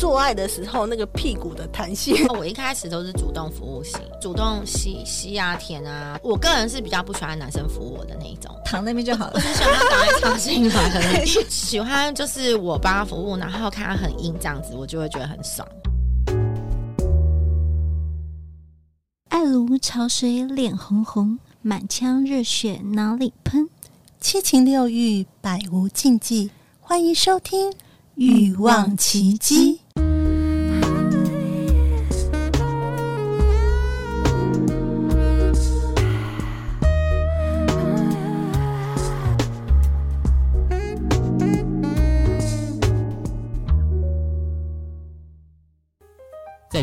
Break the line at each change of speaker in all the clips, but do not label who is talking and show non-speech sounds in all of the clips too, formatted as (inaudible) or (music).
做爱的时候那个屁股的弹性。 (laughs)
哦我一开始都是主动服务型，主动吸吸啊、舔啊。我个人是比较不喜欢男生服务我的那一种，
躺那边就好
我
了。
是喜欢他赶快插
(laughs)
进来的那种， (laughs) 喜欢就是我帮他服务，然后看他很硬这样子，我就会觉得很爽。
爱如潮水，脸红红，满腔热血脑里喷。
七情六欲，百无禁忌。欢迎收听《
欲望
奇迹》。
在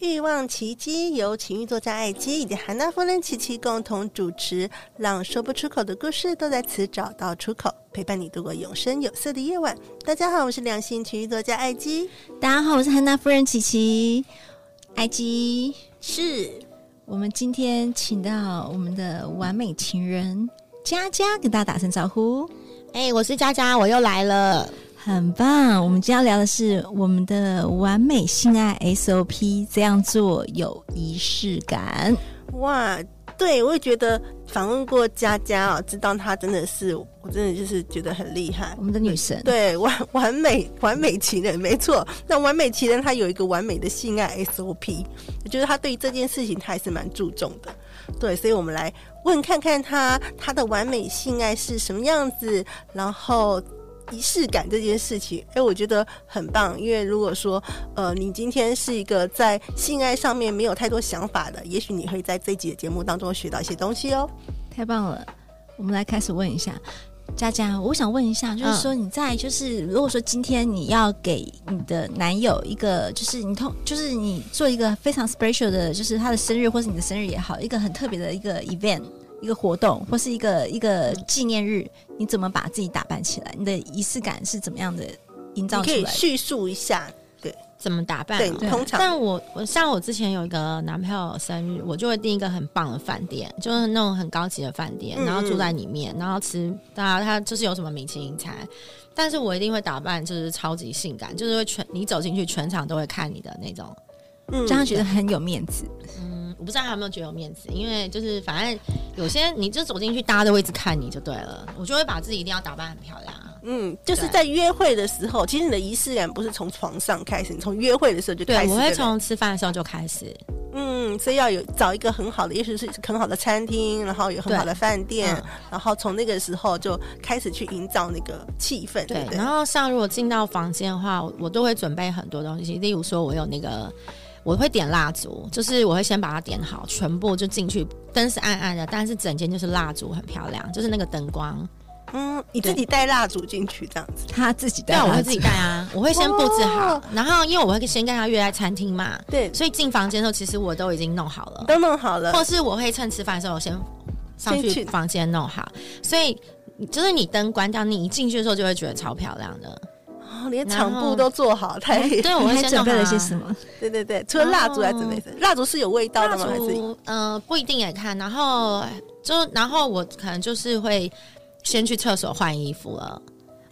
欲望奇迹由情欲作家艾姬以及韩娜夫人琪琪共同主持，让说不出口的故事都在此找到出口，陪伴你度过有声有色的夜晚。大家好，我是良心情欲作家艾姬，
大家好，我是汉娜夫人琪琪，埃及。
是
我们今天请到我们的完美情人佳佳，跟大家打声招呼。
哎、我是佳佳，我又来了。
很棒！我们今天要聊的是我们的完美性爱 SOP，这样做有仪式感。
哇，对我也觉得访问过佳佳哦，知道她真的是，我真的就是觉得很厉害
我。们的女神，
对，完完美完美情人，没错。那完美情人他有一个完美的性爱 SOP，我觉得他对于这件事情他还是蛮注重的。对，所以我们来问看看他他的完美性爱是什么样子，然后。仪式感这件事情，哎，我觉得很棒，因为如果说，呃，你今天是一个在性爱上面没有太多想法的，也许你会在这一集的节目当中学到一些东西哦。
太棒了！我们来开始问一下佳佳，我想问一
嗯
下，就是说你在就是如果说今天你要给你的男友一个，就是你通就是你做一个非常 special 的，就是他的生日或是你的生日也好，一个很特别的一个 event。一个活动或是一个一个纪念日，你怎么把自己打扮起来？你的仪式感是怎么样的营造
你
出
可
来
以
的？
叙述一下，
怎么打扮、
对，
哦？
通常
但我我像我之前有一个男朋友生日，我就会订一个很棒的饭店，就是那种很高级的饭店，
嗯
然后住在里面，然后吃，当然他就是有什么米其林餐，但是我一定会打扮就是超级性感，就是会全你走进去全场都会看你的那种。
嗯
让他觉得很有面子。
嗯，我不知道他有没有觉得有面子，因为就是反正有些你就走进去，大家都会一直看你就对了，我就会把自己一定要打扮很漂亮啊。
嗯，就是
对
在约会的时候，其实你的仪式感不是从床上开始，你从约会的时候就
对
开，始。
我会
不
从吃饭的时候就开始，
嗯，所以要有找一个很好的，也许是很好的餐厅，然后有很好的饭店，
嗯
然后从那个时候就开始去营造那个气氛，对
对
不，对
然？后像如果进到房间的话，我我都会准备很多东西，例如说我有那个。我会点蜡烛，就是我会先把它点好，全部就进去。灯是暗暗的，但是整间就是蜡烛，很漂亮，就是那个灯光。
嗯，你自己带蜡烛进去这样子，
他自己
对
带
啊，我
他
会自己带啊，我会先布置好，
哦
然后因为我会先跟他约在餐厅嘛，
对，
所以进房间的时候其实我都已经弄好了，
都弄好了
或，是我会趁吃饭的时候我先上
先
去
去
房间弄好。所以就是你灯关掉，你一进去的时候就会觉得超漂亮的。
哦连
然
场
后
布都做好，太厉害
对，我
你
会
还
先
准备
弄
了
好
些
啊
什么？
(laughs) 对对对，除了蜡烛还准备什么哦蜡烛是有味道
蜡
的吗？还是
烛，呃，不一定也看，然后就然后我可能就是会先去厕所换衣服了。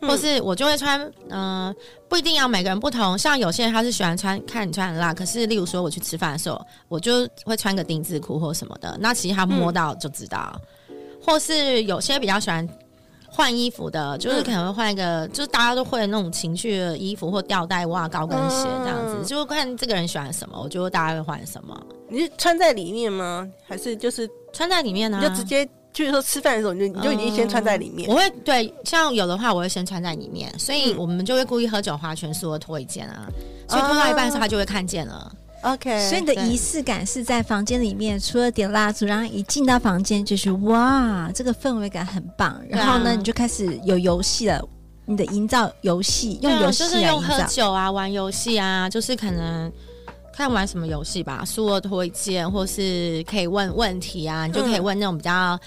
嗯
或是我就会穿，嗯、不一定要每个人不同。像有些人他是喜欢穿，看你穿很辣，可是例如说我去吃饭的时候，我就会穿个丁字裤或什么的，那其实他摸到就知道。或是有些比较喜欢换衣服的，就是可能会换一个，就是大家都会那种情趣的衣服或吊带袜、高跟鞋这样子，
嗯
就看这个人喜欢什么，我就大家会换什么。
你是穿在里面吗？还是就是
穿在里面呢、
你就直接就是说吃饭的时候你就你就已经先穿在里面
我？会对，像有的话我会先穿在里面，所
嗯
以我们就会故意喝酒划全缩脱一件啊，所以脱到一半的时候他就会看见了。
OK，
所以你的
对
仪式感是在房间里面，除了点蜡烛，然后一进到房间就是哇，这个氛围感很棒。
啊
然后呢，你就开始有游戏了，你的营造游戏，
对啊
用游
就
戏
是
来
用
营
喝
造。
酒啊、玩游戏啊，就是可能看玩什么游戏吧，苏俄推荐或是可以问问题啊，你就可
嗯
以问那种比较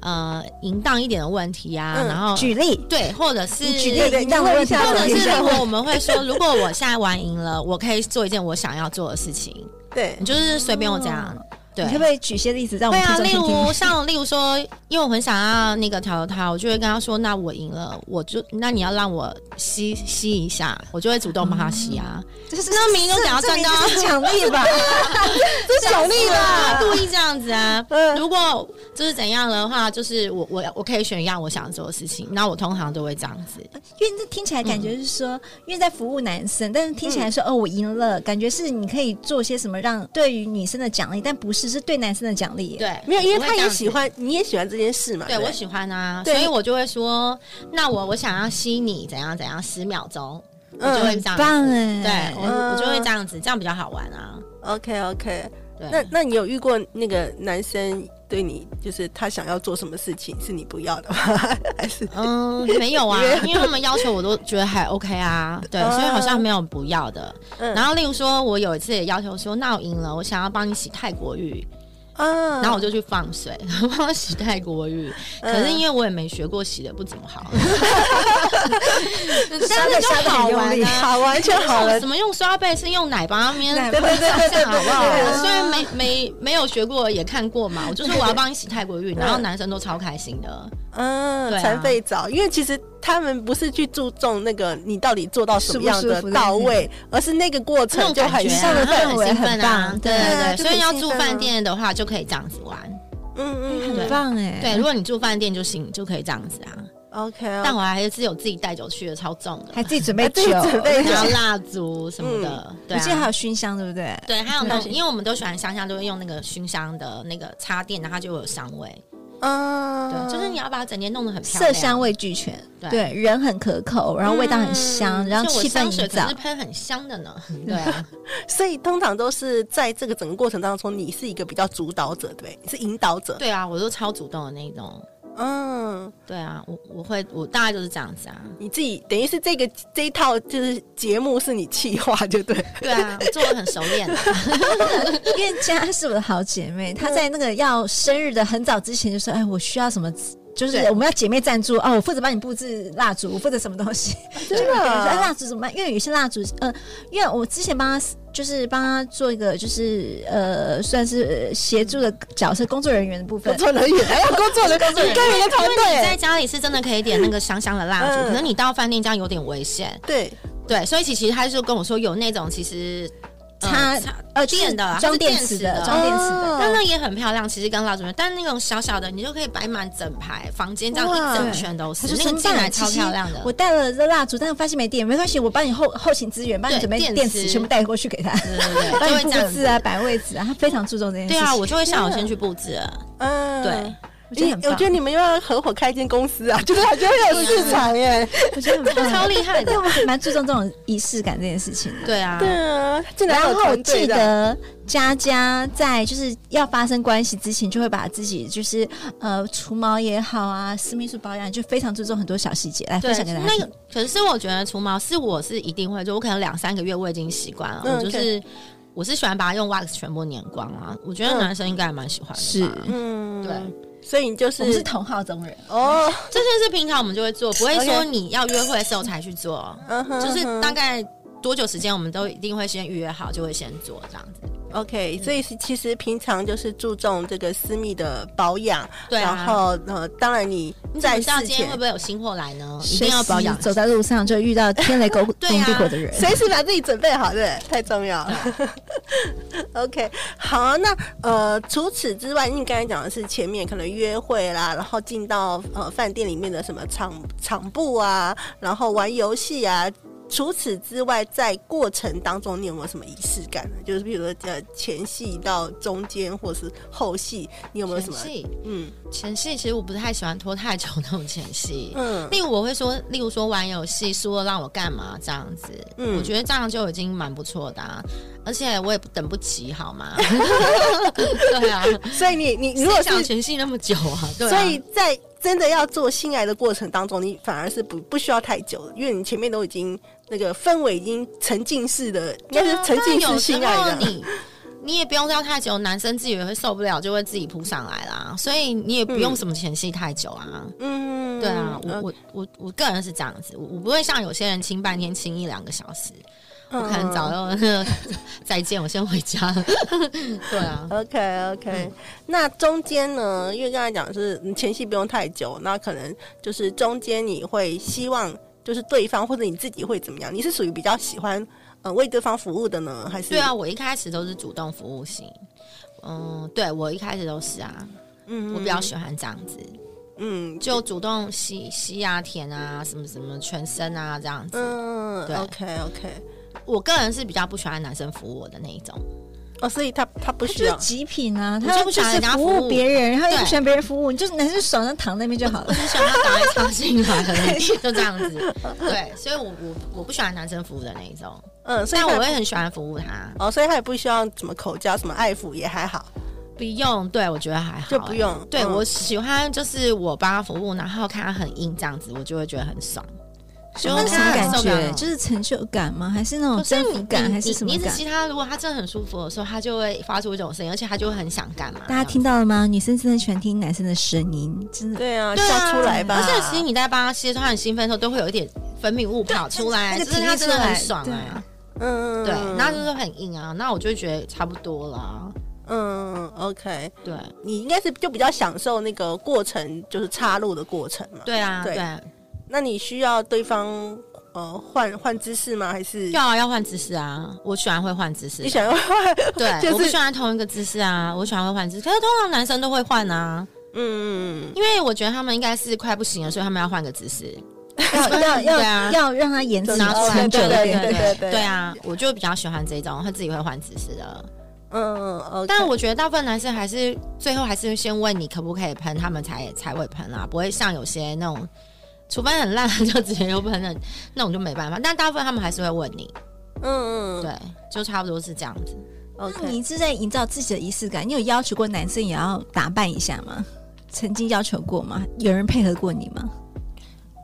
呃淫荡一点的问题啊，
嗯
然后
举例，
对，或者是
你举例
对对，让我问一下
或
怎么
者
一
是
下
如果我们会说，如果我现在玩赢了，我可以做一件我想要做的事情，
对
你就是随便我这样。对，
你可不可以举些例子让我
对
们
啊，
听众
例
听听？
(laughs)
如像例如说，因为我很想要那个调他，我就会跟他说：“那我赢了，我就那你要让我吸吸一下，我就会主动帮他吸啊。
嗯
这是
那明明都想要
这
赚
明
到
明就是奖
(laughs)
励吧？
这奖励
啊，
啦，
故意这样子啊。
嗯
如果就是怎样的话，就是我我我可以选一样我想做的事情，那我通常都会这样子。
因为这听起来感
嗯
觉是说，因为在服务男生，但是听起来说、哦，我赢了，感觉是你可以做些什么让对于女生的奖励，但不是是对男生的奖励。，
对，
没有，因为
我会
他
这
也
样子
喜。欢，你也喜欢这件事嘛？
对，
不
我喜欢啊，
对
所以我就会说，那我我想要吸你怎样怎样十秒钟，我就会
嗯
这样子。
棒哎，
对我
嗯
我就会这样子，这样比较好玩啊。
，OK OK。
对，
那那你有遇过那个男生对你，就是他想要做什么事情是你不要的吗？ (laughs) 还是 (laughs)
嗯，没有啊，因为他们要求我都觉得还 OK 啊，对，
嗯
所以好像没有不要的。
嗯
然后例如说，我有一次也要求说，那我赢了，我想要帮你洗泰国浴，
啊
(laughs) 然后我就去放水，帮我洗泰国浴。
嗯
可是因为我也没学过，洗的不怎么好， (laughs) 但是就好玩啊。
好
(laughs)
玩就好了
什。么用刷背是用奶帮他们
奶
对对对对对
好不好
对对？
虽然没没没有学过，也看过嘛。我就说我要帮你洗泰国浴，然后男生都超开心的。
嗯
对，啊
(laughs) 残废澡，因为其实他们不是去注重那个你到底做到什么样
舒不舒
的
服
到位，而是那个过
这
程
种
就
感
很
觉
像
啊，
的
他
氛
们
围。
很兴
很
奋啊
棒，
对
对
对
啊
对，
就
所以
很
要
兴
住
奋啊
饭店的话就可以这样子玩。
嗯嗯
很
嗯
棒哎，
对，如果你住饭店就行，就可以这样子啊。
，OK。哦
但我还是有自己带酒去的，超重的，
还自己准备
自
酒，
己准备
然后蜡烛什么的，对
我记得还
啊。
有熏香，对不对？
对，还有那
对
种，因为我们都喜欢香香，都会用那个熏香的那个插电，然后它就会有香味。
嗯
对，就是你要把整间弄得很漂
色
亮。
香味俱全，
对
对，人很可口，然后味道很香，然
而
后
且我
气氛
香水
营
可
造
嗯 (laughs) 是。喷很香的呢。对啊，
所以通常都是在这个整个过程当中，你是一个比较主导者，对不对？你是引导者。
对啊，我都超主动的那种。
嗯，
对啊，我我会我大概就是这样子啊。
你自己等于是这个这一套就是节目是你企划，就对。
对啊，我做的很熟练的。
因为佳是我的好姐
嗯
妹，她在那个要生日的很早之前就说：“哎，我需要什么。”就是
对
我们要姐妹赞助哦，我负责帮你布置蜡烛，我负责什么东西？
真
就
的
每个人说哎
啊
蜡烛怎么办？因为有些蜡烛，呃，因为我之前帮她就是帮她做一个就是呃，算是呃协助的角色，工作人员的部分
工。作人
(laughs)
员，哎呀，工作人员，
作人
你
员
跟你的团
因为你在
队，
家里是真的可以点那个香香的蜡烛，
嗯
可是你到饭店这样有点危险。
对，
对，所以其实他就跟我说有那种其实呃
插呃，就是
电的啊
装
是
电
电
池
池
的，
的
装电池嗯的，
哦
但那也很漂亮，其实跟蜡烛一样，但那种小小的，你就可以摆满整排房间，这样一整圈都是
他，就
那
说
个进来
你
超
其实
漂亮的。
我带了这蜡烛，但是发现没电，没关系，我帮你后后勤资源，帮你
对
准备
电
电
池
池，全部带过去给他，
对
(laughs)
对
帮
对，就会
你布
这样
置
子。
啊，摆位置啊，他非常注重这件事
对
情。
啊，我就会想我先去布置了。
嗯，
对。，
我觉得很
我
棒，
觉得你们要合伙开一间公司啊， (laughs) 就是我觉得很有市场耶。
我觉得很棒，
超厉害的
对，我还蛮注重这种仪式感这件事情的。
对啊，
对啊，竟然
然
还有
后我
团
记
队的，啊
得佳佳在就是要发生关系之前，就会把自己就是呃除毛也好啊，私密处保养，就非常注重很多小细节来啊分
对
享给，大家
那
听
个。可是我觉得除毛是我是一定会做，我可能两三个月我已经习惯了，
嗯
我就是我是喜欢把它用 wax 全部粘光啊。我觉得
嗯
男生应该还蛮喜欢的吧。
是
嗯
对，
所以你就
我们是
是
同号中人，
哦，
这些是平常我们就会做，不会说
OK
你要约会的时候才去做，
嗯哼
就是
嗯哼
大概多久时间我们都一定会先预约好，就会先做这样子。
OK，所以是其实平常就是注重这个私密的保养，
对啊
然后呃，当然你
你怎么
在
知道
事
今天会
前
不。会有新货来呢？一定要保养
随时。走在路上就遇到天雷 (laughs) 勾
对
动
啊
地火的人。
随时把自己准备好，对，太重 (laughs) 要了。OK，好啊、那呃，除此之外，因为你刚才讲的是前面可能约会啦，然后进到呃饭店里面的什么场场部啊，然后玩游戏啊。除此之外，在过程当中，你有没有什么仪式感呢？就是比如说呃前戏到中间，或是后戏，你有没有什
前
么？
戏，
嗯
前戏其实我不太喜欢拖太久那种前戏。
嗯
例如我会说，例如说玩游戏输了让我干嘛这样子，
嗯
我觉得这样就已经蛮不错的、啊，而且我也不等不及
(laughs)
好吗？对啊，
所以你你如果
谁想
是，
前戏那么久啊，对啊，
所以在真的要做性爱的过程当中，你反而是不不需要太久了，因为你前面都已经那个氛围已经沉浸式的，应该是
啊
沉浸式性爱的。
你你也不用要太久，男生自己也会受不了，就会自己扑上来啦。所以你也不用什么前戏太久啊。
嗯，
对啊，我、
嗯
我我我个人是这样子，我我不会像有些人亲半天亲一两个小时，我可
嗯
能早就 (laughs) 再见，我先回家。 (laughs) 对啊，
OK OK，、那嗯中间呢？因为刚才讲是你前戏不用太久，那可能就是中间你会希望就是对方或者你自己会怎么样？你是属于比较喜欢呃为对方服务的呢，还是
对啊，？我一开始都是主动服务型。嗯，对我一开始都是啊，
嗯
我比较喜欢这样子，
嗯
就主动吸吸啊、舔啊、什么什么全身啊这样子。
嗯
对
OK OK，
我个人是比较不喜欢男生服我的那一种。
哦，所以他他不
他
需
就是
要。
极品啊，
我
他
就
又
不
不
想
就
人
是
家
服
服务
务别人，然后也
对
不喜欢别人服务，你就是男生手上躺那边就好 (laughs)
我
了。
只想要打一场性吧，可能就这样子。对，所以我我我不喜欢男生服务的那一种，
嗯，所以
但
他
我会很喜欢服务他。
哦，所以他也不需要什么口交、什么爱抚也还好，
不用，对我觉得还好、
就不用
欸对、
嗯
我喜欢就是我帮他服务，然后看他很硬这样子，我就会觉得很爽。就
那什么感
受不了
觉？就是成就感吗？还是那
可
种
是
征
你
服感？
你
还是什么
你一直
感？
吸他，如果他真的很舒服的时候，他就会发出一种声音，而且他就会很想干嘛。
大家听到了吗？女生真的喜欢听男生的声音，真的。
对啊，
对啊
笑出来吧。
而且其实你在帮他吸的时候，他很兴奋的时候，都会有一点分泌物跑出来，
那个
就是
体
他
力
真的
出来
很爽
对
啊。
嗯，
对，那就是很硬啊。那我就觉得差不多了啊。
嗯 OK，
对，
你应该是就比较享受那个过程，就是插入的过程嘛。
对啊，
对
对，
那你需要对方呃换换姿势吗？还是
要啊要换姿势啊。我喜欢会换姿势
你，想要换？
(laughs) 对，
就是
我不喜欢同一个姿势啊。我喜欢会换姿势，可是通常男生都会换啊，
嗯，
因为我觉得他们应该是快不行了，所以他们要换个姿势。
要要
对
要
啊
要让他颜值
拿出来，
长久
对
一
对
点。
对
对对
对啊！我就比较喜欢这种，他自己会换姿势的。
嗯，OK，
但我觉得大部分男生还是最后还是先问你可不可以喷，他们才才会喷啊啦，不会像有些那种，除非很烂就直接就喷了，那种就没办法。但大部分他们还是会问你，
嗯嗯
对，就差不多是这样子。
那
，OK，
你是在营造自己的仪式感？你有要求过男生也要打扮一下吗？曾经要求过吗？有人配合过你吗？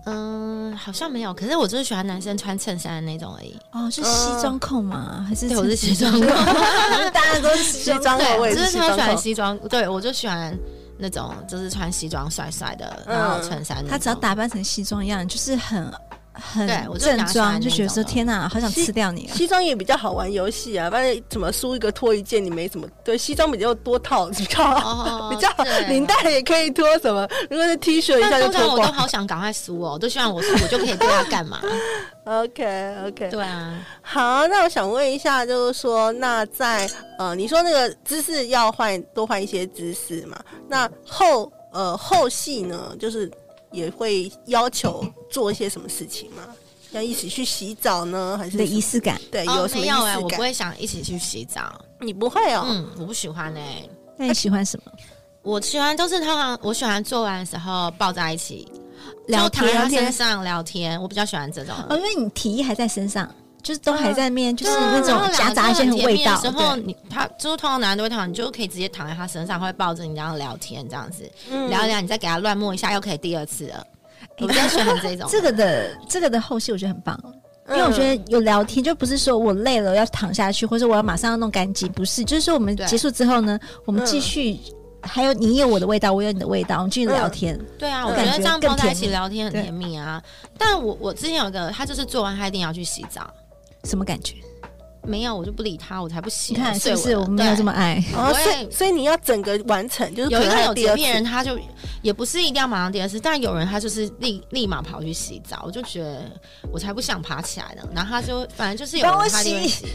嗯，好像没有，可是我就是喜欢男生穿衬衫的那种而已。
哦，是西装控吗？还是
呃对，我是西装控，
(laughs)
大家都是西
西
装
装
控。
口味也
对，就是是
西
超
装
喜欢
口
西装，对我就喜欢那种就是穿西装帅帅的，然后
嗯
衬衫那种。
(laughs) 他只要打扮成西装一样，就是很很
对我就
正
比较喜欢
装，就觉得
那
说
种的
天哪，好想吃掉你啊！
西装也比较好玩游戏啊，反正怎么输一个脱一件，你没什么对西装比较多套比较好。 (laughs)
哦，
比较好
对
领带也可以脱什么？如果是 T 恤一下
但
就
通常
脱
我都
光。
好想赶快输哦，都希望我输，我就可以对他干嘛？ (laughs)
OK OK，
对啊，
好，那我想问一下，就是说，那在呃，你说那个姿势要换多换一些姿势嘛？那后呃后戏呢，就是也会要求做一些什么事情吗？要一起去洗澡呢，还
你
是
的
什
仪
么
式感，
对
哦
有什么
没
仪
有哎、
式
我不
感？
会想一起去洗澡。
你不会哦，
嗯，我不喜欢哎、
那你喜欢什么？
我喜欢就是通常我喜欢做完的时候抱在一起，
聊
就躺
天
在他
聊
身
天
上聊天，我比较喜欢这种。
哦，因为你提议还在身上，就是都还在面，就是
嗯
那种夹杂一些很
然后两个人很甜
味道。
蜜的时候，
对，，
你他就是通常男人都会躺，你就可以直接躺在他身上，会抱着你这样聊天，这样子、
嗯
聊一聊，你再给他乱摸一下，又可以第二次了。我比较喜欢这种
(laughs) 这个的这个的后续我觉得很棒，因为我觉
得
得有聊天，就不是说我累了要躺下去，或者我要马上要弄干净，不是，就是说我们
对
结束之后呢，我们继续。还有你有我的味道，我有你的味道，我们继续聊天。
对啊，
嗯
我觉得这样抱在一起
感觉更甜蜜
聊天很甜蜜啊。但我我之前有一个，他就是做完他一定要去洗澡，
什么感觉？
没有我就不理他，我才不洗
你
呢。
看是不
睡
是
了
我们没有这么爱？
哦，
我
所
会
以所以你要整个完成，就是
有
可
一
能
个
还
有
第
洁
二
癖的人，
次
他就也不是一定要马上第二次，但有人他就是立立马跑去洗澡，我就觉得我才不想爬起来呢。然后他就反正就是有
帮我
人他一定会洗，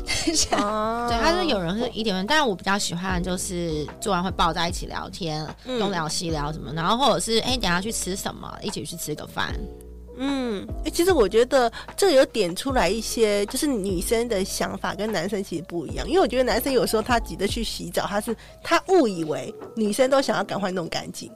哦
对，他是有人是一点点，但我比较喜欢就是做完会抱在一起聊天，
嗯
东聊西聊什么，然后或者是哎、等一下去吃什么，一起去吃个饭，
嗯，哎、其实我觉得这有点出来一些，就是女生的想法跟男生其实不一样，因为我觉得男生有时候他急着去洗澡，他是他误以为女生都想要赶快弄干净。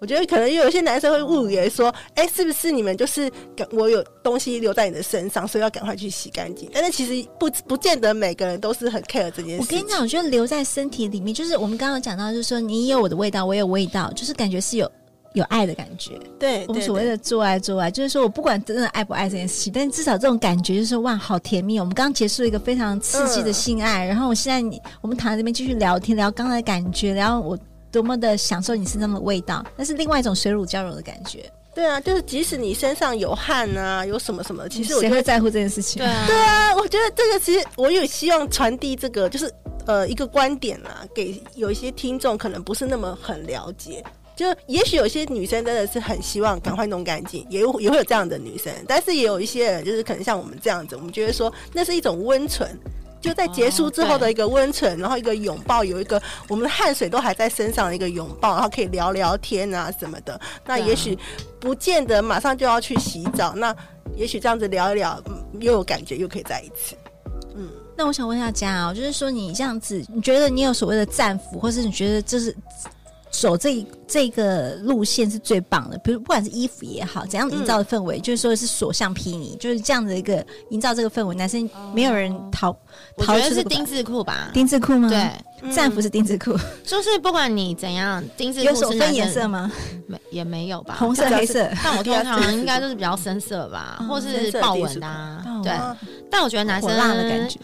我觉得可能有一些男生会误以为说，哎、是不是你们就是赶我有东西留在你的身上，所以要赶快去洗干净？但是其实不不见得每个人都是很 care 这件事情。
我跟你讲，我觉得留在身体里面，就是我们刚刚有讲到，就是说你有我的味道，我有味道，就是感觉是有有爱的感觉。
对，
我们
对
所谓
对
的做爱做爱，就是说我不管真的爱不爱这件事情，但至少这种感觉就是哇，好甜蜜！我们刚结束一个非常刺激
嗯
的性爱，然后我现在你我们躺在这边继续聊天，聊刚才的感觉，然后我多么的享受你身上的味道，那是另外一种水乳交融的感觉。
对啊，就是即使你身上有汗啊，有什么什么的，其实我
谁
觉得
会在乎这件事情？
对啊，
对啊，我觉得这个其实我有希望传递这个，就是呃一个观点啊，给有一些听众可能不是那么很了解。就也许有些女生真的是很希望赶快弄干净，也有也会有这样的女生，但是也有一些人就是可能像我们这样子，我们觉得说那是一种温存，就在结束之后的一个温存，然后一个拥抱，有一个我们的汗水都还在身上的一个拥抱，然后可以聊聊天啊什么的。那
对啊
也许不见得马上就要去洗澡，那也许这样子聊一聊，嗯又有感觉，又可以在一起。
那我想问一下佳哦，就是说你这样子，你觉得你有所谓的战服，或是你觉得这是走这一这个路线是最棒的？比如不管是衣服也好，怎样营造的氛围，就是说是所向披靡，就是这样的一个营造这个氛围，男生没有人逃、
我觉
逃
得
出这
是
个
丁字裤吧。
丁字裤吗？
对，，
嗯
战服是丁字裤，
就是不管你怎样，丁字
有
裤
所
是
分
男
颜色
生
吗？
没也没有吧？
红色、黑色。
(laughs)
哦
但我通常应该都是比较深色吧，或是豹纹的、啊
嗯。
对
深色的，
啊
但我觉得男
火
生
辣的感觉，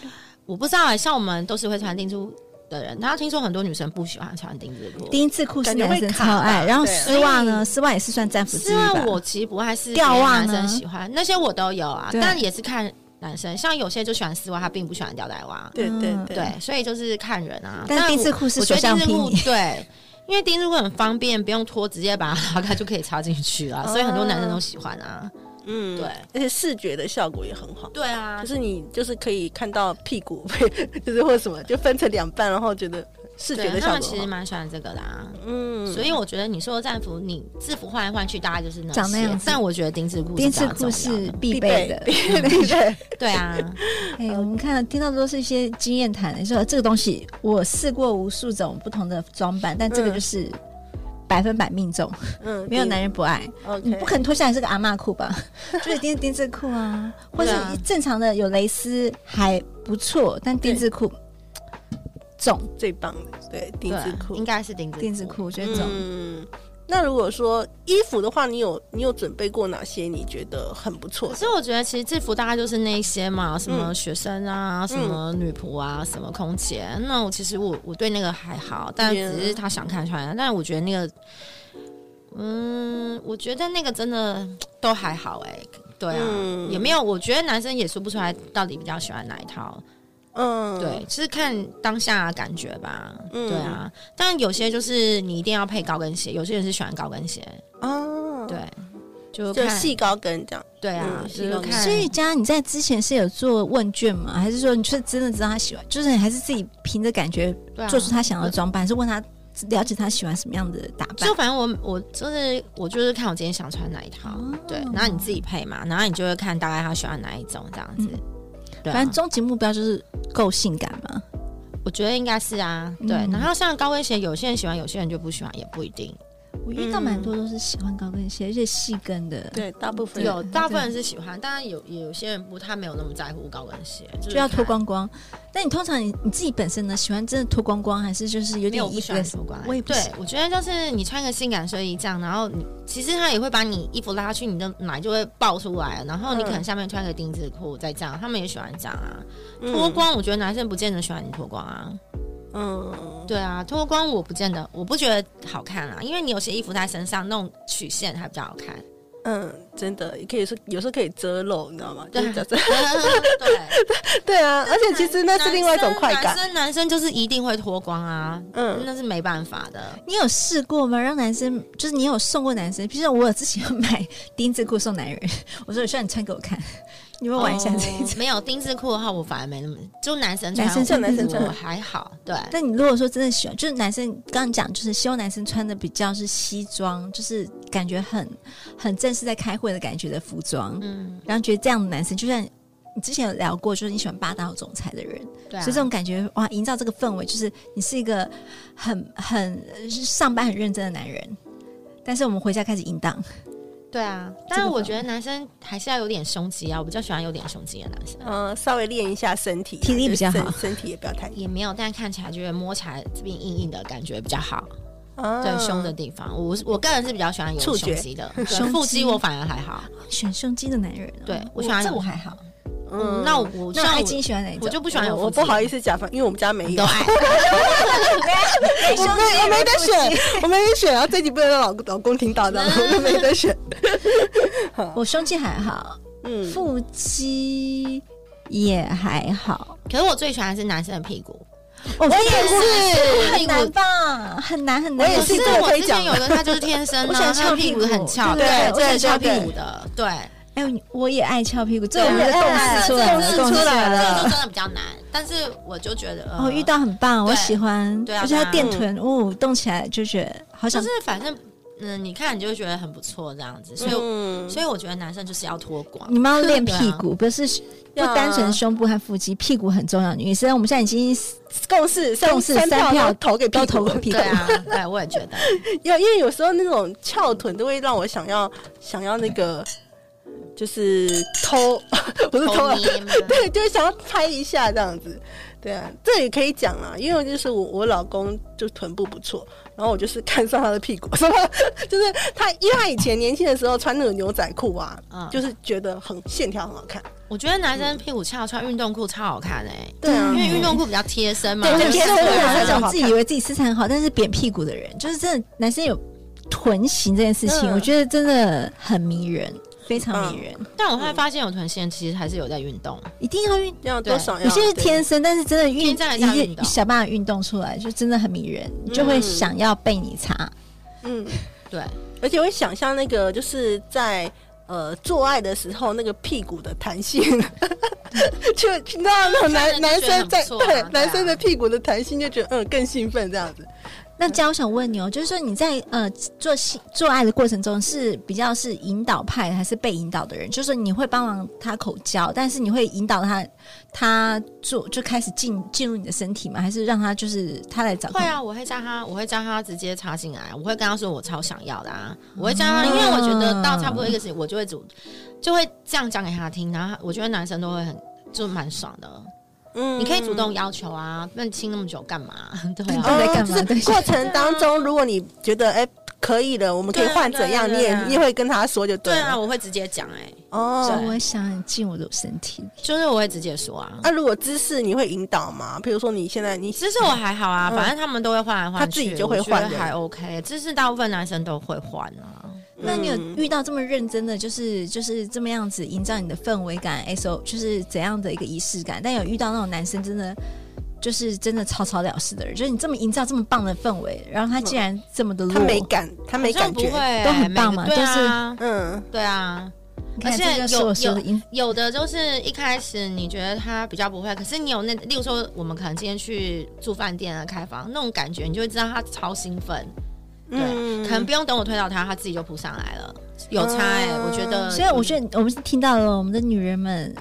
我不知道哎、像我们都是会穿丁字裤的人，然后听说很多女生不喜欢穿丁字裤。
丁字裤是男
感觉
生
会
超
卡
爱，
吧
然后
对啊
丝袜呢？丝袜也是算战服之一
虽
吧？
然我其实不爱是
吊袜呢
男生喜欢，那些我都有啊，
对
但也是看男生，像有些就喜欢丝袜，他并不喜欢吊带袜。
对对
嗯
对
对，所以就是看人啊。
但丁字
裤
裤是
我觉
所
得
向
丁字
披
裤
靡。
对，因为丁字裤很方便，不用脱，直接把它拉开就可以插进去
(laughs)
了，所以很多男生都喜欢啊。
哦
嗯
对，
而且视觉的效果也很好。
对啊
就，是你就是可以看到屁股， (laughs) 就是或什么，就分成两半，然后觉得视觉的
对，他
效
们
果
其
很
实
好。
蛮喜欢这个的啊。
嗯
所以我觉得你说的战服，你制服换来换去，大概就是那些
长那样子
但我觉得丁字裤是
丁字
比较
裤
重要的
是必备的，
对对对，
对啊，
哎、我们看到听到都是一些经验谈，你说这个东西我试过无数种不同的装扮，但这个
嗯
就是百分百命中，
嗯，
没有男人不爱。
嗯
你
，OK，
不可能脱下来是个阿嬷
(laughs)
裤吧？就是丁丁字裤啊，或者
对啊
正常的有蕾丝还不错，但丁字裤重，
最棒的，对，丁字
对
裤
应，该是丁字
丁字裤我觉得重。
嗯。那如果说衣服的话，你有你有准备过哪些？你觉得很不错
可
的？
是我觉得其实制服大概就是那一些嘛，什
嗯
么学生啊，什么女仆啊，什么空姐。那我其实我我对那个还好，但
Yeah
只是他想看穿。但我觉得那个，嗯，我觉得那个真的都还好哎、对啊，
嗯
也没有。我觉得男生也说不出来到底比较喜欢哪一套，
嗯，
对，就是看当下感觉吧。
嗯
对啊，但有些就是你一定要配高跟鞋，有些人是喜欢高跟鞋，
啊，
对，就
就
看
细高跟这样。
对啊，
嗯
就是
细高跟
看。
所以，佳，你在之前是有做问卷吗？还是说你是真的知道他喜欢？就是你还是自己凭着感觉
对啊
做出他想要的装扮，还是问他了解他喜欢什么样的打扮
就？反正我我就是我就是看我今天想穿哪一套，
哦
对，然后你自己配嘛，然后你就会看大概他喜欢哪一种这样子。对啊、
嗯反正终极目标就是够性感嘛。
我觉得应该是啊，对。
嗯
然后像高跟鞋，有些人喜欢，有些人就不喜欢，也不一定。
我遇到蛮多都是喜欢高跟鞋，而且细跟的，，
对，大部分
有大部分人是喜欢，但有有些人不，他没有那么在乎高跟鞋，就
就是要
看
脱。光光。但你通常你你自己本身呢，喜欢真的脱光光，还是就是有
没有
点
不
衣
喜
服
欢
的？
脱光，
我也不
对
喜，
我觉得就是你穿个性感睡衣这样，然后你其实他也会把你衣服拉去，你的奶就会爆出来，然后你
嗯
可能下面穿个丁字裤再这样，他们也喜欢这样啊。脱，光，我觉得男生不见得喜欢你脱光啊。
嗯，
对啊，脱光我不见得，我不觉得好看啊，因为你有些衣服在身上那种曲线还比较好看。
嗯，真的，也可以是有时候可以遮露，你知道吗？就是假设
(laughs) 对，
对啊， (laughs) 而且其实那是另外一种快
男
感。
生男生就是一定会脱光啊，
嗯
那是没办法的。
你有试过吗？让男生就是你有送过男生，比如说我之前有买 (laughs) 丁字裤送男人， (laughs) 我说我需要你穿给我看， (laughs) 你会玩一下
哦
这一种。
没有丁字裤的话，我反而没那么，就男生穿，
男生穿
我
男生
穿
我还好，对。
但你如果说真的喜欢，就是男生刚刚讲，就是希望男生穿的比较是西装，就是感觉很很正式在开会的感觉的服装，
嗯，
然后觉得这样的男生，就像你之前有聊过，就是你喜欢霸道总裁的人，
对啊，
所以这种感觉哇，营造这个氛围，就是你是一个很很呃上班很认真的男人，但是我们回家开始淫荡，
对啊，但是我觉得男生还是要有点胸肌啊，我比较喜欢有点胸肌的男生。
嗯，稍微练一下身体，
体力比较好
就是身身体也不要太硬。
也没有，但看起来觉得摸起来这边硬硬的感觉比较好。
啊
嗯
对胸的地方。我我个人是比较喜欢有
触
胸
觉
肌
(laughs)
的，
胸
对腹肌
肌
我反而还好。
选胸肌的男人哦、
对我喜欢
这我还好。
嗯，那我
那
像
爱
我
金喜欢哪一种？
我就不喜欢有
我我
腹肌
不好意思甲方，因为我们家没
你
有
都，爱。
哎
我
胸肌
没我没得
有腹肌
选，我没得选，然后这集不能让老老公听到的，我就没得选。
我胸肌还好，
嗯，
腹肌也还好。
可是我最喜欢的是男生的屁股，
我
也是
很难吧？很难很
我
难。
也
可
是
是
这个
我
可以
之
讲
前有的他就是天生
(laughs) 我
啊，他
喜欢
的
翘屁
屁
股
股很翘，
对
对
我喜
对
欢翘屁
对
股的，对，
哎呦，我也爱翘屁股，这
对
我们的共识出来
共
了，
识出来了
这个。真的比较难。但是我就觉得，呃
哦，遇到很棒，我
对
喜欢，
对啊
而且它
对啊
电臀，哦，动起来就觉得好
就
想
是反正嗯，你看你就会觉得很不错这样子，所以我
嗯
所以我觉得男生就是要脱光
你，们要练屁
对啊
股，不是不
要啊
单纯胸部和腹肌，屁股很重要。女生我们现在已经
共识三
共识
三
三票
都投给
都
屁
投
股
过，屁股
对，啊，对，我也觉
(laughs)
得，
要 (laughs) 因为有时候那种翘臀都会让我想要想要那个，就是偷， (laughs) 不是偷
偷
啊，
捏嘛
(laughs) 对，就是想要拍一下这样子。对啊，这也可以讲啊，因为就是我我老公就臀部不错，然后我就是看上他的屁股， (laughs) 什么就是他，因为他以前年轻的时候穿那种牛仔裤啊，
嗯
就是觉得很线条很好看，
我觉得男生屁股翘穿运动裤超好看哎、
对啊
嗯
因，为运动裤比较贴身嘛，
对
就是
贴身
我
对
有
对
那
对
种自以为自己身材很好，但是扁屁股的人，就是真的男生有臀型这件事情，
嗯
我觉得真的很迷人，非
嗯
常迷人，
但我会发现有臀线其实还是有在运动，
一定要运。
要
对
多少要
有些是
对
天生，但是真的运
天生还是要运
一
动嗯
想办法运动出来，就真的很迷人，你就会想要被你擦。
嗯，
对，
而且会想象那个就是在呃做爱的时候那个屁股的弹性， (laughs) 就你知道那种男
看着
男
就觉得
生
很
在、
不错啊
对
对啊
男生的屁股的弹性就觉得嗯更兴奋这样子。
那佳，我想问你哦，就是说你在呃做性做爱的过程中，是比较是引导派的还是被引导的人？就是说你会帮忙他口交，但是你会引导他他做就开始进进入你的身体吗？还是让他就是他来找？
会啊，，我会叫他，我会叫他直接插进来，我会跟他说我超想要的啊，
嗯
我会叫他，因为我觉得到差不多一个时间，我就会主就会这样讲给他听，然后我觉得男生都会很就蛮爽的，
嗯
你可以主动要求啊，那你亲那么久干嘛？ (laughs) 对
你
啊，
到底在干嘛？
哦就
对
是过程当中，如果你觉得哎、可以了，我们可以
对啊
换
对啊
怎样，
对啊
你也
对啊
你也会跟他说就
对
了。
啊，我会直接讲哎、
哦，
我想进我的身体里，
就是我会直接说啊。
那、如果姿势你会引导吗？比如说你现在你
其实我还好啊，
嗯
反正他们都会换来换去，
他自己就会换
我
的
觉得还 OK。只是大部分男生都会换啊。
那你有
嗯
遇到这么认真的，就是就是这么样子营造你的氛围感，S O 就是怎样的一个仪式感？但有遇到那种男生真的就是真的草草了事的人，就是你这么营造这么棒的氛围，然后
嗯
他竟然这么的弱，
他没感，他没
好像
感
不
觉
会，欸，
都很棒嘛
每个对啊，
嗯
对啊。
你看
而且
这就是
有
我说的
有
营
有的就是一开始你觉得他比较不会，可是你有那，例如说我们可能今天去住饭店啊开房那种感觉，你就会知道他超兴奋。对，
嗯
可能不用等我推倒他，他自己就扑上来了，有差哎、
嗯
我觉得。
所以我觉得我们是听到了我们的女人们。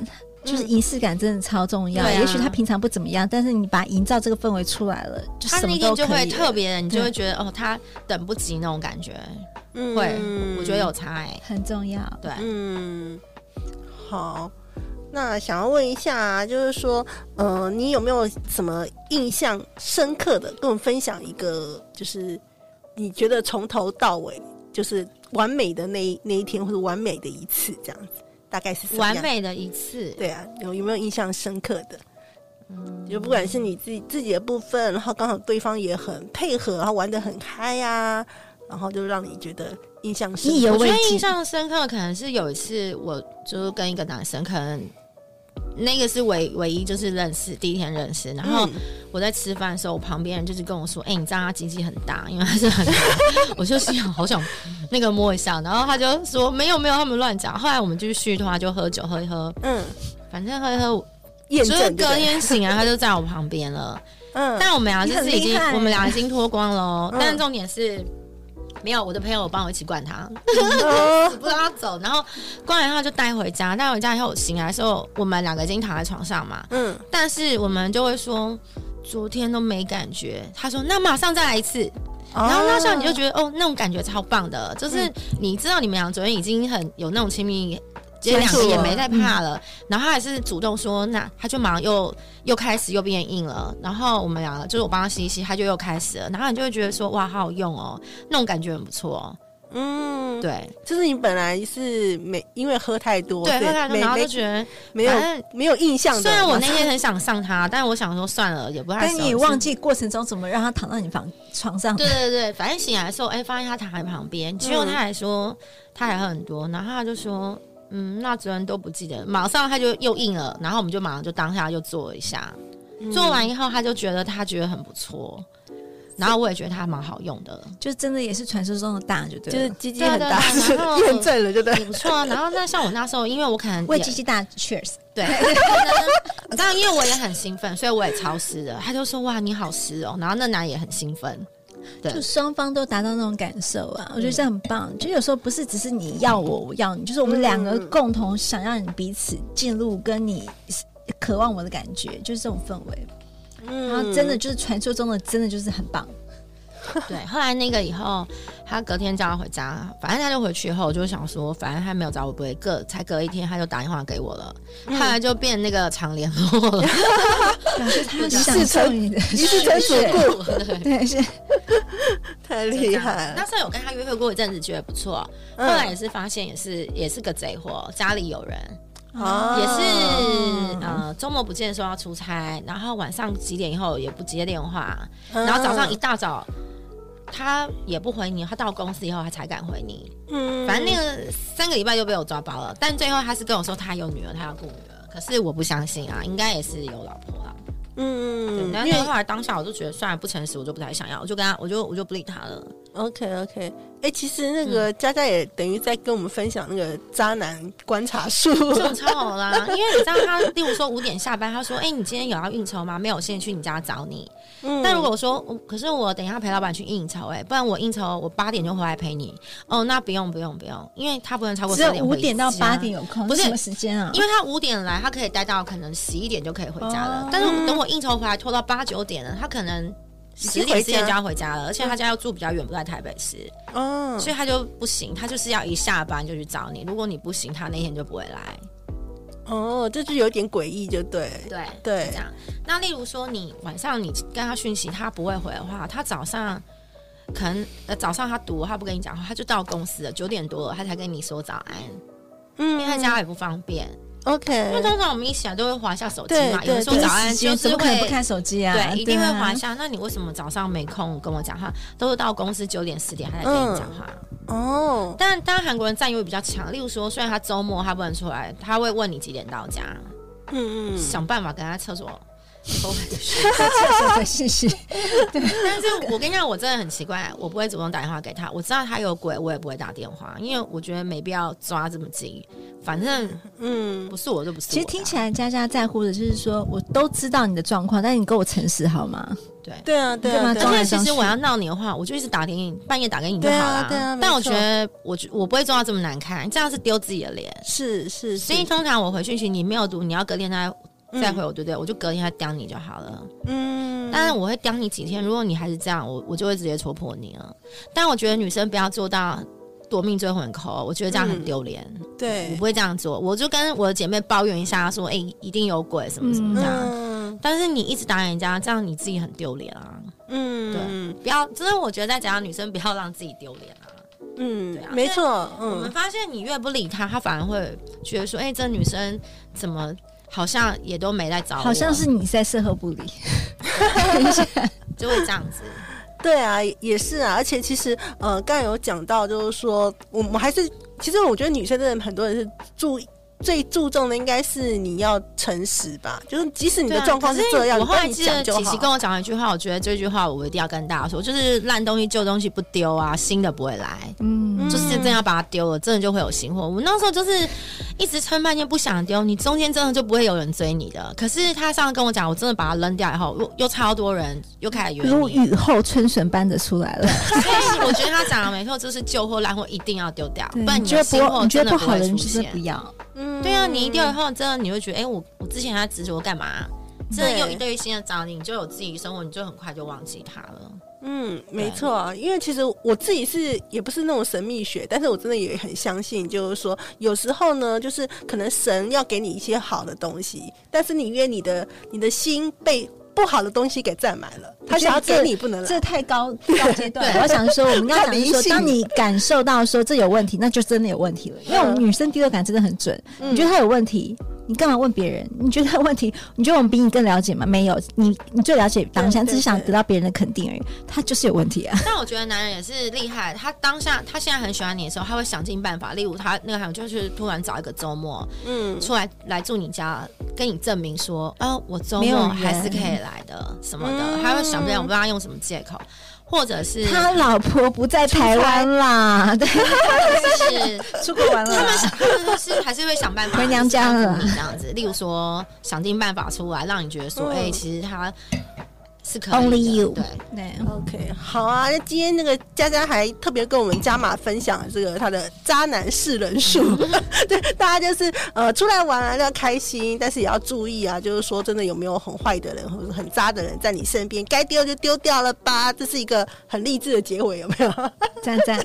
就是仪式感真的超重要，
对啊
也许他平常不怎么样，但是你把营造这个氛围出来了，就
他
什
那
么
天
都
就
可
会
以了
特别的，你就
对
会觉得哦，他等不及那种感觉，
嗯
会，我觉得有差哎、
很重要。
对，
嗯，好。那想要问一下，啊就是说，呃，你有没有什么印象深刻的，跟我们分享一个，就是你觉得从头到尾就是完美的那一那一天，或者完美的一次，这样子，大概是什么样
完？美的一次，
对啊，有有没有印象深刻的？嗯，就不管是你自己自己的部分，然后刚好对方也很配合，然后玩的很嗨呀、然后就让你觉得印象深刻。
意犹
我觉
未
得
尽
印象深刻可能是有一次，我就是跟一个男生，可能那个是唯唯一就是认识第一天认识，然后
嗯
我在吃饭的时候，我旁边人就是跟我说：“哎、你知道他鸡鸡很大，因为他是
(laughs)
很大。”我就心想好想那个摸一下，然后他就说：“没有没有，他们乱讲。”后来我们继续的话就喝酒喝一喝，
嗯，
反正喝一喝，
验
就是
证对
隔
不对
天醒来他就在我旁边了。
(laughs) 嗯，
但我们俩
你
就
很
是已
厉
经
害，
我们俩已经脱光了哦，
嗯
但重点是没有我的朋友帮我一起灌他，呃
哦，
不让他走，然后灌完他就带回家，带回家以后醒来的时候，我们两个已经躺在床上嘛，
嗯，
但是我们就会说。昨天都没感觉，他说那马上再来一次，
然
然后那时候你就觉得哦，那种感觉超棒的，就是你知道你们俩昨天已经很有那种亲密这两个也没在怕了。然后他还是主动说，那他就马上又又开始又变硬了。然后我们两个就是我帮他吸一吸，他就又开始了。然后你就会觉得说，哇，好好用哦，那种感觉很不错、哦。
嗯，
对
就是你本来是没因为喝太多，
对，
所以
后来
没
然后就
没
觉得，
没有
反正
没有印象的。
虽然我
马
那
上 (laughs)
天很想上他，但是我想说算了，也不太
但
熟。
你也忘记过程中怎么让他躺到你房床上。
对对对，反正醒来的时候，哎、发现他躺在旁边，结果他还说他还喝很多，然后他就说，嗯，那昨天都不记得，马上他就又硬了，然后我们就马上就当下就做一下，做完以后他就觉得他觉得很不错，然后我也觉得他蛮好用的，
就真的也是传说中的大，就
就
对
是
了，
鸡鸡很大，
对对对然后
验证了，啊对不对？
也不错啊。然后那像我那时候，因为我可能
为
也
鸡鸡大 cheers。
对， (laughs) 然当然因为我也很兴奋，所以我也超湿的，他就说哇你好湿哦，然后那男也很兴奋，对
就双方都达到那种感受啊，
嗯
我觉得这很棒。就有时候不是只是你要我，我要你，就是我们两
嗯
个共同想让你彼此进入跟你渴望我的感觉，就是这种氛围。
嗯
然后真的就是传说中的，真的就是很棒。
(laughs)
对，后来那个以后，他隔天叫他回家，反正他就回去以后，我就想说，反正他没有找我，不会隔才隔一天他就打电话给我了，
嗯
后来就变那个常联络了，
表示他
是
享受
成
你的，
(laughs) 一世成主顾，
(laughs) 对，
对，是
太
就
厉
这样
害了
那。时候有跟他约会过一阵子，觉得不错，后
嗯
来也是发现也是也是个贼货，家里有人，
哦
也是呃周末不见说要出差，然后晚上几点以后也不接电话，
嗯
然后早上一大早。他也不回你，他到公司以后他才敢回你。
嗯
反正那个三个礼拜就被我抓包了，但最后他是跟我说他有女儿，他要顾女儿，可是我不相信啊，应该也是有老婆啦。对，
嗯，
但
因
是
为
后来当下我就觉得算了，不诚实，我就不太想要，我就跟他，我就我就不理他
(laughs)
了。
OK OK，哎、其实那个
嗯
佳佳也等于在跟我们分享那个渣男观察
(laughs)
术，
这种超好啦，因为你知道他，例如说五点下班，他说：“哎、你今天有要应酬吗？没有，现在去你家找你。
嗯
但如果我说，嗯可是我等一下陪老板去应酬、哎，不然我应酬我八点就回来陪你。哦，那不用不用不用，因为他不能超过
只
十
有
点
五
回
点到
家
八点有空，
不是
什么时间啊？
因为他五点来，他可以待到可能十一点就可以回家了。
哦
但是我等我应酬回来拖到八九点了，他可能十点
已
十
经回家
点就要回家了，而且他家又住比较远，不在台北市，
嗯，
所以他就不行，他就是要一下班就去找你。如果你不行，他那天就不会来。
哦，这就有点诡异，就对，
对
对
是这样。那例如说，你晚上你跟他讯息，他不会回的话，他早上。可能呃早上他读他不跟你讲话，他就到公司了，九点多了他才跟你说早安，
嗯
因为他家也不方便。因为
OK，
通常我们一起来都会划一下手机
对
嘛，
对
有人说
对
早安
时间
就是
怎么可能不
会
看手机啊？
对，一定会
啊
滑一下。那你为什么早上没空跟我讲话？都是到公司九点十点还在跟你讲话。
嗯
哦，
但当然韩国人占有欲比较强，例如说，虽然他周末他不能出来，他会问你几点到家，
嗯嗯，
想办法跟他厕所。 (laughs) 偷回去
对是是，
但是我跟你讲，我真的很奇怪，我不会主动打电话给他。我知道他有鬼，我也不会打电话，因为我觉得没必要抓这么紧。反正
嗯，
不是我就不是我的啊。
(laughs) 其实听起来佳佳在乎的就是说，我都知道你的状况，但你跟我诚实好吗？
对
对啊，对啊，
干嘛
对
装
啊
来
而且其实我要闹你的话，我就一直打给你，半夜打给你就好了。
对啊对啊没错
但我觉得我觉我不会做到这么难看，这样是丢自己的脸。
是是，
所以
是
通常我回讯息你没有读，你要隔天再再回
嗯
我，对不对？我就隔天再刁你就好了。
嗯，
当然我会刁你几天，如果你还是这样，我我就会直接戳破你了。但我觉得女生不要做到夺命追魂扣，我觉得这样
嗯
很丢脸。我
对
不，会这样做，我就跟我的姐妹抱怨一下，说：“哎、一定有鬼什么什么这样。
嗯
但是你一直打人家，这样你自己很丢脸啊！
嗯
不要，就是我觉得在讲女生不要让自己丢脸啊。
嗯
对啊，
没错，
我们
嗯
发现你越不理她，她反而会觉得说：“哎、这女生怎么好像也都没来找我，
好像是你在事后
(laughs)
不理，
就会这样子。
对啊，也是啊，而且其实呃，刚才有讲到，就是说我们还是，其实我觉得女生真的很多人是注最注重的应该是你要诚实吧，就是即 (laughs) 使”你
对
的
啊
状况
可是
这样，
我
你
后来
跟你
记
讲
得
就
琪琪跟
好。
我讲了一句话，我觉得这句话我一定要跟大家说，就是烂东西旧东西不丢啊，新的不会来。
嗯，
就是真的要把它丢了，真的就会有新货。我那时候就是一直撑半天不想丢，你中间真的就不会有人追你的。可是他上次跟我讲，我真的把它扔掉以后，又又超多人又开始约
如
你。
雨后春笋般的出来了，
所以 (laughs) 我觉得他讲的没错，就是旧货烂货一定要丢掉，不然
你
你
觉
的
得
新
不
货
你觉
真
得
的
不
不
好
会
的，你
出
就是不
现。
要。
嗯
对啊，你一丢以后，真的你会觉得，哎、我我之前还执着干嘛？真的又一堆新的找你，你就有自己生活，你就很快就忘记他了。
嗯，没
啊
错，因为其实我自己是也不是那种神秘学，但是我真的也很相信，就是说有时候呢，就是可能神要给你一些好的东西，但是你因为你的你的心被不好的东西给占满了，他想要给你不能来。
这太高高阶段了。我想说，我们刚刚讲是说，当你感受到说这有问题，那就真的有问题
嗯
了。因为我们女生第六感真的很准，你觉得他有问题，你干嘛问别人？你觉得他有问题，你觉得我们比你更了解吗？没有，你你最了解当下，
对对
只是想得到别人的肯定而已。他就是有问题啊。
但我觉得男人也是厉害，他当下他现在很喜欢你的时候，他会想尽办法，例如他那个好像就是突然找一个周末
嗯，
出来来住你家，跟你证明说，啊，我周
没有
末
人
还是可以来的什么的，
嗯
他会想不想不知道他用什么借口，或者是
他老婆不在台湾啦，对，
是
出国玩
他们想，他们就是还是会想办法
回娘家了
就是安抚你这样子。例如说，想尽办法出来，让你觉得说，
嗯
哎、其实他是可以的
Only you
对，
对，
OK，好啊！那今天那个佳佳还特别跟我们加码分享这个她的渣男四人数，对大家就是呃出来玩啊要开心，但是也要注意啊，就是说真的有没有很坏的人或者很渣的人在你身边，该丢就丢掉了吧，这是一个很励志的结尾，有没有？
赞赞，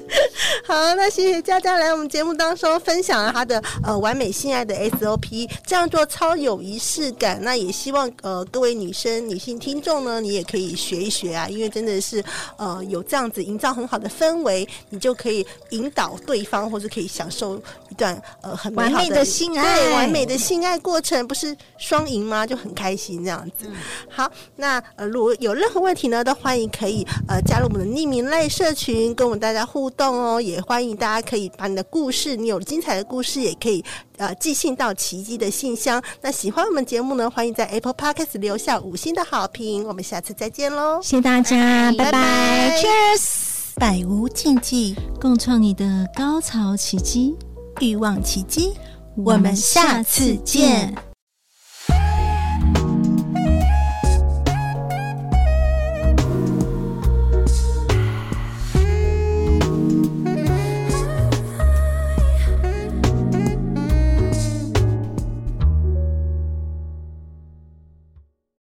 好，那谢谢佳佳来我们节目当中分享了她的呃完美性爱的 SOP，这样做超有仪式感。那也希望呃各位女生、女性听众呢，你也可以学一学啊，因为真的是呃有这样子营造很好的氛围，你就可以引导对方，或是可以享受一段呃很美好
完美的性爱
对完美的性爱过程，不是双赢吗？就很开心这样子。好，那呃，如果有任何问题呢，都欢迎可以呃加入我们的匿名类社群，跟我们大家互动哦。也欢迎大家可以把你的故事，你有精彩的故事，也可以呃寄信到奇迹的信箱。那喜欢我们节目呢，欢迎在 Apple Podcast 留下五星的好评。我们下次再见喽。
(laughs) 谢谢大家，
拜拜
拜拜，Cheers，
百无禁忌，
共创你的高潮奇迹，
欲望奇迹。
我们下次见。